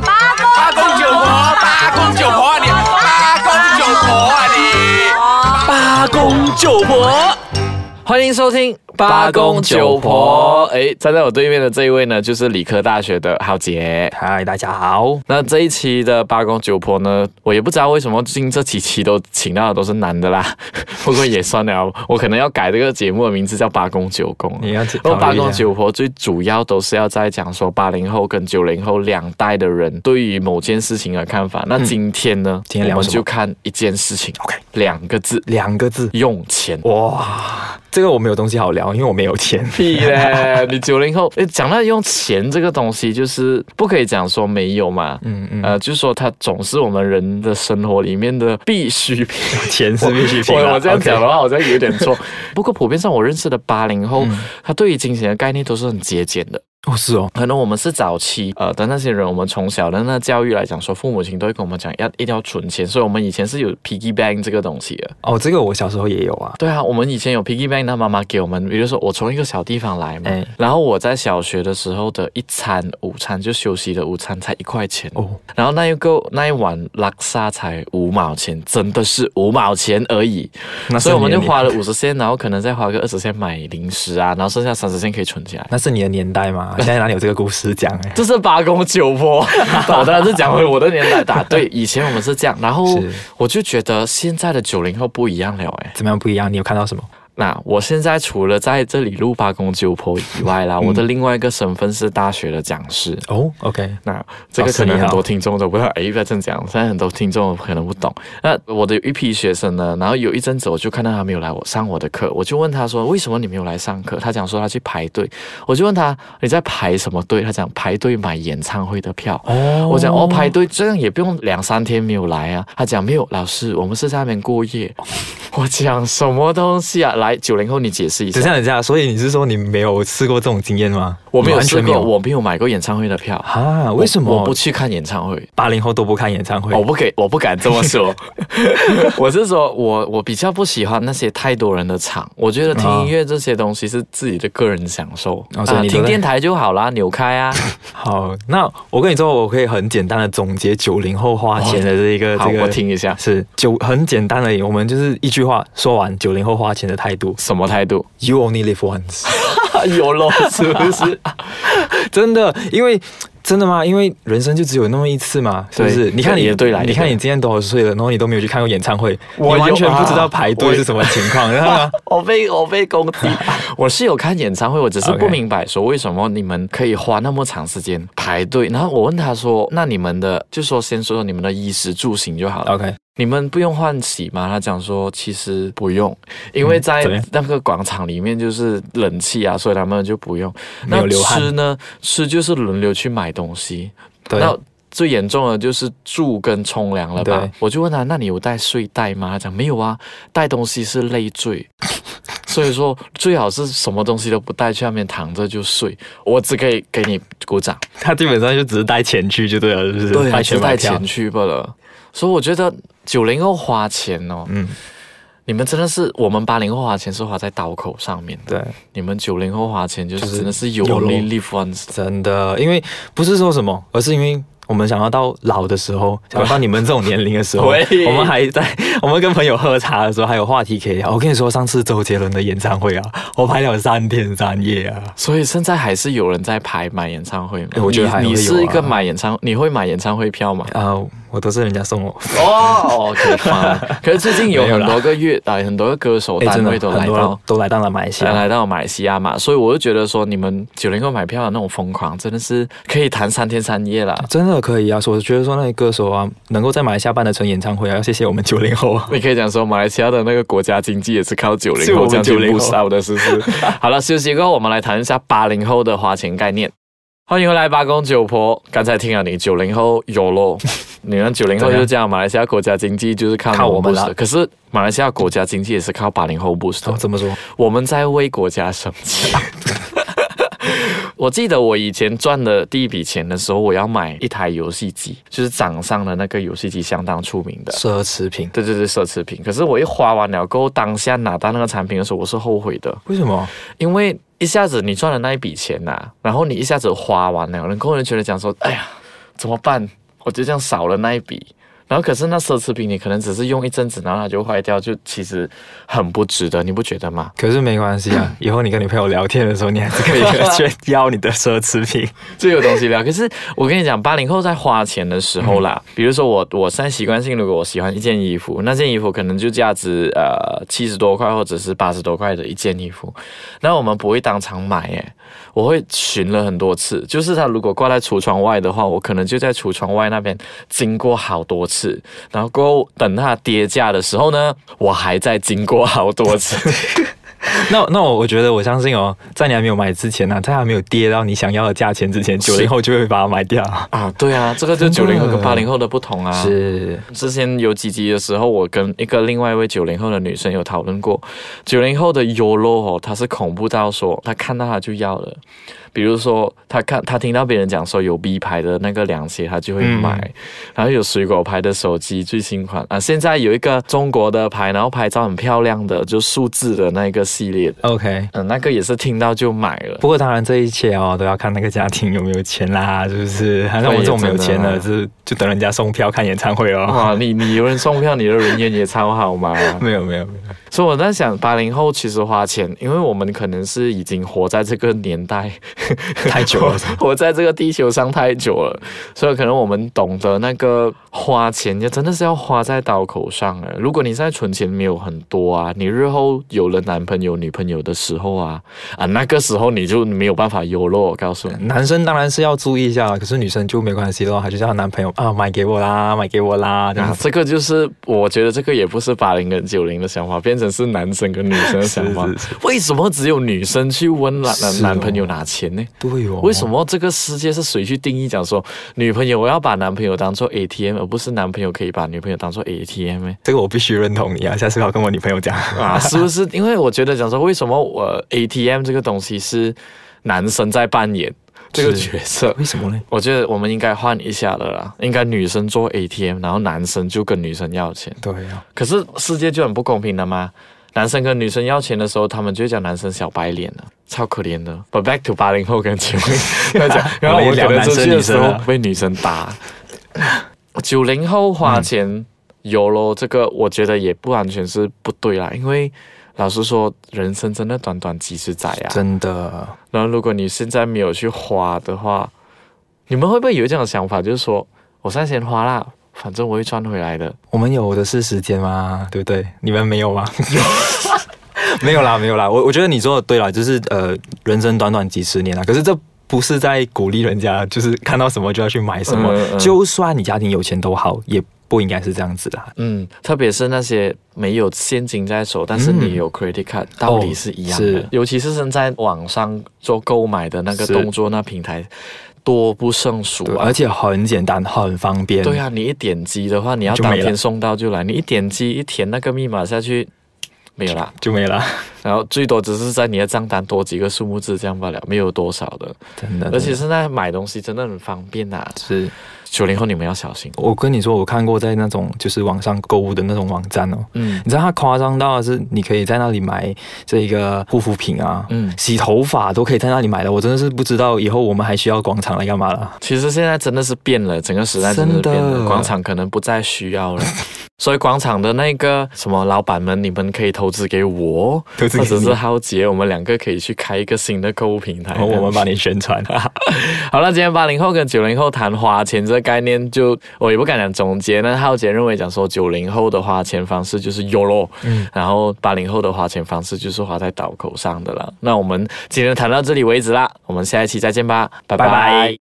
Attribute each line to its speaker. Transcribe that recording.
Speaker 1: 八公九婆，八公九婆啊你，八公九婆啊你，
Speaker 2: 八公九婆，
Speaker 3: 欢迎收听
Speaker 2: 八公九婆。
Speaker 3: 哎，站在我对面的这一位呢，就是理科大学的浩杰。
Speaker 2: 嗨，大家好。
Speaker 3: 那这一期的八公九婆呢，我也不知道为什么最近这几期都请到的都是男的啦， 不过也算了，我可能要改这个节目的名字叫八公九公。啊
Speaker 2: 你要
Speaker 3: 然后八公九婆最主要都是要在讲说八零后跟九零后两代的人对于某件事情的看法。那今天呢，
Speaker 2: 嗯今天聊
Speaker 3: 我们
Speaker 2: 什么
Speaker 3: 就看一件事情
Speaker 2: OK
Speaker 3: 两个字，
Speaker 2: 两个字，
Speaker 3: 用钱。
Speaker 2: 哇，这个我没有东西好聊，因为我没有钱。
Speaker 3: 屁嘞！你九零后，诶讲到用钱这个东西，就是不可以讲说没有嘛，
Speaker 2: 嗯嗯，
Speaker 3: 呃，就是说它总是我们人的生活里面的必需 品。
Speaker 2: 钱是必须拼啦
Speaker 3: 我我这样讲
Speaker 2: OK
Speaker 3: 的话好像有点 错，不过普遍上我认识的八零后，
Speaker 2: 嗯
Speaker 3: 他对于金钱的概念都是很节俭的。
Speaker 2: 哦，是哦，
Speaker 3: 可能我们是早期呃的那些人，我们从小的那教育来讲说，父母亲都会跟我们讲要一定要存钱，所以我们以前是有 piggy bank 这个东西的。
Speaker 2: 哦，这个我小时候也有啊。
Speaker 3: 对啊，我们以前有 piggy bank，那妈妈给我们，比如说我从一个小地方来嘛，
Speaker 2: 哎
Speaker 3: 然后我在小学的时候的一餐午餐就休息的午餐才一块钱，
Speaker 2: 哦，
Speaker 3: 然后那一个那一碗拉萨才五毛钱，真的是五毛钱而已，
Speaker 2: 那是
Speaker 3: 所以我们
Speaker 2: 你
Speaker 3: 就
Speaker 2: 的年
Speaker 3: 花了五十线，然后可能再花个二十线买零食啊，然后剩下三十线可以存起来。
Speaker 2: 那是你的年 代吗？现在哪里有这个故事讲？哎，
Speaker 3: 这是八公九婆，我当然是讲回我的年代打对，以前我们是这样，然后
Speaker 2: 是
Speaker 3: 我就觉得现在的九零后不一样了，哎，
Speaker 2: 哦怎么样不一样？你有看到什么？
Speaker 3: 那我现在除了在这里录八公九婆以外啦，我的另外一个身份是大学的讲师。
Speaker 2: 哦，OK，
Speaker 3: 那这个
Speaker 2: 哦
Speaker 3: 可能很多听众都不知道，哎，不要这样讲，现在很多听众可能不懂。那我的有一批学生呢，然后有一阵子我就看到他没有来我上我的课，我就问他说为什么你没有来上课？他讲说他去排队，我就问他你在排什么队？他讲排队买演唱会的票。
Speaker 2: 哦
Speaker 3: 我讲哦，排队这样也不用两三天没有来啊。他讲没有，老师，我们是在那边过夜。
Speaker 2: 哦
Speaker 3: 我讲什么东西啊？来，九零后你解释一下
Speaker 2: 等一。下，等一下，所以你是说你没有试过这种经验吗？
Speaker 3: 我没有
Speaker 2: 完
Speaker 3: 试
Speaker 2: 全没
Speaker 3: 过，
Speaker 2: 有
Speaker 3: 我没有买过演唱会的票。
Speaker 2: 啊？为什么？
Speaker 3: 我我不去看演唱会？
Speaker 2: 八零后都不看演唱会？
Speaker 3: 哦我不给，我不敢这么 说。我是说我我比较不喜欢那些太多人的场，我觉得听音乐这些东西是自己的个人享受、啊
Speaker 2: 哦所以你都在
Speaker 3: 听电台就好啦，扭开啊。
Speaker 2: 好，那我跟你说，我可以很简单的总结九零后花钱的这一个、
Speaker 3: 好，
Speaker 2: 呃这个，
Speaker 3: 哦我听一下，
Speaker 2: 是九很简单而已，我们就是一句话说完九零后花钱的态度
Speaker 3: 什么态 度？
Speaker 2: ，You only live once，
Speaker 3: 有咯，是不是？
Speaker 2: 真的，因为。真的吗？因为人生就只有那么一次嘛，是不是？
Speaker 3: 对
Speaker 2: 你看你
Speaker 3: 也对啦
Speaker 2: 你
Speaker 3: 也
Speaker 2: 看
Speaker 3: 对
Speaker 2: 你今年多少岁了，然后你都没有去看过演唱会，你
Speaker 3: 我有
Speaker 2: 完全不知
Speaker 3: 啊
Speaker 2: 道排队
Speaker 3: 我
Speaker 2: 是什么情 况，然后呢
Speaker 3: 我被我被攻 击，我是有看演唱会，我只是
Speaker 2: OK
Speaker 3: 不明白说为什么你们可以花那么长时间排队。然后我问他说：“那你们的就说先说说你们的衣食住行就好了，
Speaker 2: ，OK，
Speaker 3: 你们不用换洗吗？”他讲说：“其实不用，因为在
Speaker 2: 嗯怎么样
Speaker 3: 那个广场里面就是冷气啊，所以他们就不用。
Speaker 2: 没有
Speaker 3: 那
Speaker 2: 流汗
Speaker 3: 吃呢？吃就是轮流去买东西。
Speaker 2: 对，
Speaker 3: 那最严重的就是住跟冲凉了吧
Speaker 2: 对？
Speaker 3: 我就问他，那你有带睡袋吗？他讲没有啊，带东西是累赘。 所以说，最好是什么东西都不带，去那边躺着就睡。我只可以给你鼓掌，
Speaker 2: 他基本上就只是带钱去就对了，是不是？
Speaker 3: 对啊，
Speaker 2: 带
Speaker 3: 只
Speaker 2: 钱
Speaker 3: 带
Speaker 2: 买票
Speaker 3: 钱，去罢了。所以我觉得九零后花钱哦，
Speaker 2: 嗯，
Speaker 3: 你们真的是我们八零后花钱是花在刀口上面的，
Speaker 2: 对。
Speaker 3: 你们九零后花钱就是真的是有
Speaker 2: 有咯
Speaker 3: only live once 的。
Speaker 2: 真的，因为不是说什么，而是因为我们想要到老的 时候，想要到你们这种年龄的时候，
Speaker 3: 喂
Speaker 2: 我们还在我们跟朋友喝茶的时候还有话题可以聊。啊我跟你说，上次周杰伦的演唱会啊，我排了三天三夜啊。
Speaker 3: 所以现在还是有人在排买演唱会吗？
Speaker 2: 哎我觉得还
Speaker 3: 你你
Speaker 2: 会有啊
Speaker 3: 是一个买演唱，你会买演唱会票吗？
Speaker 2: 啊、我都是人家送我，
Speaker 3: 哦，OK，fine 可是最近有
Speaker 2: 没有
Speaker 3: 很
Speaker 2: 啦
Speaker 3: 多个乐啊，很多个歌手
Speaker 2: 哎，
Speaker 3: 单
Speaker 2: 真的
Speaker 3: 位都
Speaker 2: 很
Speaker 3: 来
Speaker 2: 多人
Speaker 3: 到。
Speaker 2: 都来到了马来西
Speaker 3: 来
Speaker 2: 亚。
Speaker 3: 来到马来西亚嘛，所以我就觉得说，你们九零后买票的那种疯狂，真的是可以谈三天三夜啦。
Speaker 2: 真的可以啊！所以我觉得说那些歌手啊，能够在马来西亚办得成演唱会啊，要谢谢我们九零后啊。
Speaker 3: 你可以讲说，马来西亚的那个国家经济也是靠九
Speaker 2: 是
Speaker 3: 零
Speaker 2: 我
Speaker 3: 后
Speaker 2: 们
Speaker 3: 这样去
Speaker 2: 90后
Speaker 3: 布少的，是不 是？好了，休息过后，我们来谈一下八零后的花钱概念。欢迎回来，八公九婆。刚才听了你九零后有 咯，你们九零后
Speaker 2: 对啊
Speaker 3: 就这样，马来西亚国家经济就是靠
Speaker 2: 靠我们啦
Speaker 3: boost 的可是马来西亚国家经济也是靠八零后 boost 的
Speaker 2: 哦，。怎么说？
Speaker 3: 我们在为国家省钱。我记得我以前赚的第一笔钱的时候，我要买一台游戏机，就是掌上的那个游戏机，相当出名的。
Speaker 2: 奢侈品？
Speaker 3: 对对对，奢侈品。可是我一花完了过后，当下拿到那个产品的时候，我是后悔的，
Speaker 2: 为什么？
Speaker 3: 因为一下子你赚了那一笔钱呐、然后你一下子花完了，然后人觉得讲说，哎呀。怎么办？我就这样少了那一笔。然后可是那奢侈品你可能只是用一阵子，然后它就坏掉，就其实很不值得，你不觉得吗？
Speaker 2: 可是没关系 啊，以后你跟你朋友聊天的时候，你还是可以去要你的奢侈品。
Speaker 3: 就有东西聊。可是我跟你讲，八零后在花钱的时候啦，比如说我，我现在习惯性，如果我喜欢一件衣服，那件衣服可能就价值呃七十多块或者是八十多块的一件衣服，那我们不会当场买耶，我会寻了很多次。就是它如果挂在橱窗外的话，我可能就在橱窗外那边经过好多次，然后过后等它跌价的时候呢，我还在经过好多次。
Speaker 2: 那那我我觉得我相信哦，在你还没有买之前呢、在还没有跌到你想要的价钱之前，九
Speaker 3: 是
Speaker 2: 零后就会把它买掉。
Speaker 3: 啊，对啊，这个就九
Speaker 2: 真的
Speaker 3: 零后跟八零后的不同啊。
Speaker 2: 是，
Speaker 3: 之前有几集的时候，我跟一个另外一位九零后的女生有讨论过，九零后的 YOLO 哦，她是恐怖到说她看到她就要了，比如说她看她听到别人讲说有 B 牌的那个凉鞋，她就会买，然后有水果牌的手机最新款啊，现在有一个中国的牌，然后拍照很漂亮的，就数字的那个系列的，
Speaker 2: OK。
Speaker 3: 嗯，那个也是听到就买了。
Speaker 2: 不过当然，这一切哦都要看那个家庭有没有钱啦，是不是？像我们这种没有钱的，就是就等人家送票看演唱会哦。
Speaker 3: 哇，你你有人送票，你的人缘也超好嘛。
Speaker 2: 没有没有没有，
Speaker 3: 所以我在想，八零后其实花钱，因为我们可能是已经活在这个年代
Speaker 2: 太久了
Speaker 3: 活在这个地球上太久了，所以可能我们懂得那个花钱，也真的是要花在刀口上了。如果你现在存钱没有很多啊，你日后有了男朋友、女朋友的时候啊，啊那个时候你就没有办法有了。我告诉你，
Speaker 2: 男生当然是要注意一下，可是女生就没关系咯，她就叫她男朋友啊买给我啦，买给我啦这样
Speaker 3: 啊
Speaker 2: 子。，
Speaker 3: 这个就是我觉得这个也不是八零跟九零的想法，变成是男生跟女生的想法。
Speaker 2: 是是
Speaker 3: 为什么只有女生去问男男
Speaker 2: 是哦
Speaker 3: 男朋友拿钱呢？
Speaker 2: 对哦，
Speaker 3: 为什？么这个世界是谁去定义讲说女朋友我要把男朋友当做 ATM，而不是男朋友可以把女朋友当做 ATM 呢？
Speaker 2: 这个我必须认同你啊！下次要跟我女朋友讲。
Speaker 3: 啊， 是不是？因为我觉得讲说为什么我 ATM 这个东西是男生在扮演这个
Speaker 2: 是
Speaker 3: 角色？
Speaker 2: 为什么呢？
Speaker 3: 我觉得我们应该换一下了啦，应该女生做 ATM，然后男生就跟女生要钱。
Speaker 2: 对啊，
Speaker 3: 可是世界就很不公平的吗？男生跟女生要钱的时候，他们就会讲男生小白脸了，超可怜的。But back to 八零后跟九零在 讲，然后我们可能出去的时候被女生啊打。九零后花钱有咯，这个我觉得也不完全是不对啦，因为老实说，人生真的短短几十载啊。
Speaker 2: 真的
Speaker 3: 然后如果你现在没有去花的话，你们会不会有这种想法，就是说我现在先花啦，反正我会赚回来的。
Speaker 2: 我们有的是时间吗？对不对？你们没有吗？ 没有啦，没有啦。我我觉得你说的对啦，就是呃，人生短短几十年啦，可是这不是在鼓励人家，就是看到什么就要去买什么。
Speaker 3: 嗯嗯
Speaker 2: 就算你家庭有钱都好，也不应该是这样子啦。
Speaker 3: 嗯，特别是那些没有现金在手，但是你有 credit card，、道理嗯哦是一样的。
Speaker 2: 是
Speaker 3: 尤其是现在网上做购买的那个
Speaker 2: 是
Speaker 3: 动作，那平台多不胜数
Speaker 2: 对，
Speaker 3: 啊
Speaker 2: 而。且很简单，很方便。
Speaker 3: 对啊，你一点击的话，你要
Speaker 2: 就
Speaker 3: 当
Speaker 2: 没了
Speaker 3: 天送到就来，你一点击一填那个密码下去，没有啦。
Speaker 2: 就没了，
Speaker 3: 然后最多只是在你的账单多几个数目字这样罢了，没有多少的。
Speaker 2: 真 的。
Speaker 3: 而且现在买东西真的很方便呐、啊。
Speaker 2: 是
Speaker 3: 九零后你们要小心。
Speaker 2: 我跟你说，我看过在那种就是网上购物的那种网站哦，
Speaker 3: 嗯
Speaker 2: 你知道它夸张到的是，你可以在那里买这个护肤品啊，
Speaker 3: 嗯。
Speaker 2: 洗头发都可以在那里买的，我真的是不知道以后我们还需要广场来干嘛了。
Speaker 3: 其实现在真的是变了，整个时代真的是变
Speaker 2: 真
Speaker 3: 了，
Speaker 2: 的
Speaker 3: 广场可能不再需要了。 所以广场的那个什么老板们，你们可以投资给我，
Speaker 2: 投资
Speaker 3: 或
Speaker 2: 给你
Speaker 3: 者是浩杰，我们两个可以去开一个新的购物平台。
Speaker 2: 然后哦 我们帮你宣传，
Speaker 3: 好了，今天八零后跟九零后谈花钱这个概念就，我也不敢讲总结。那浩杰认为讲说，九零后的花钱方式就是 YOLO，
Speaker 2: 嗯
Speaker 3: 然后八零后的花钱方式就是花在刀口上的了。那我们今天谈到这里为止啦，我们下一期再见吧，拜拜。
Speaker 2: 拜拜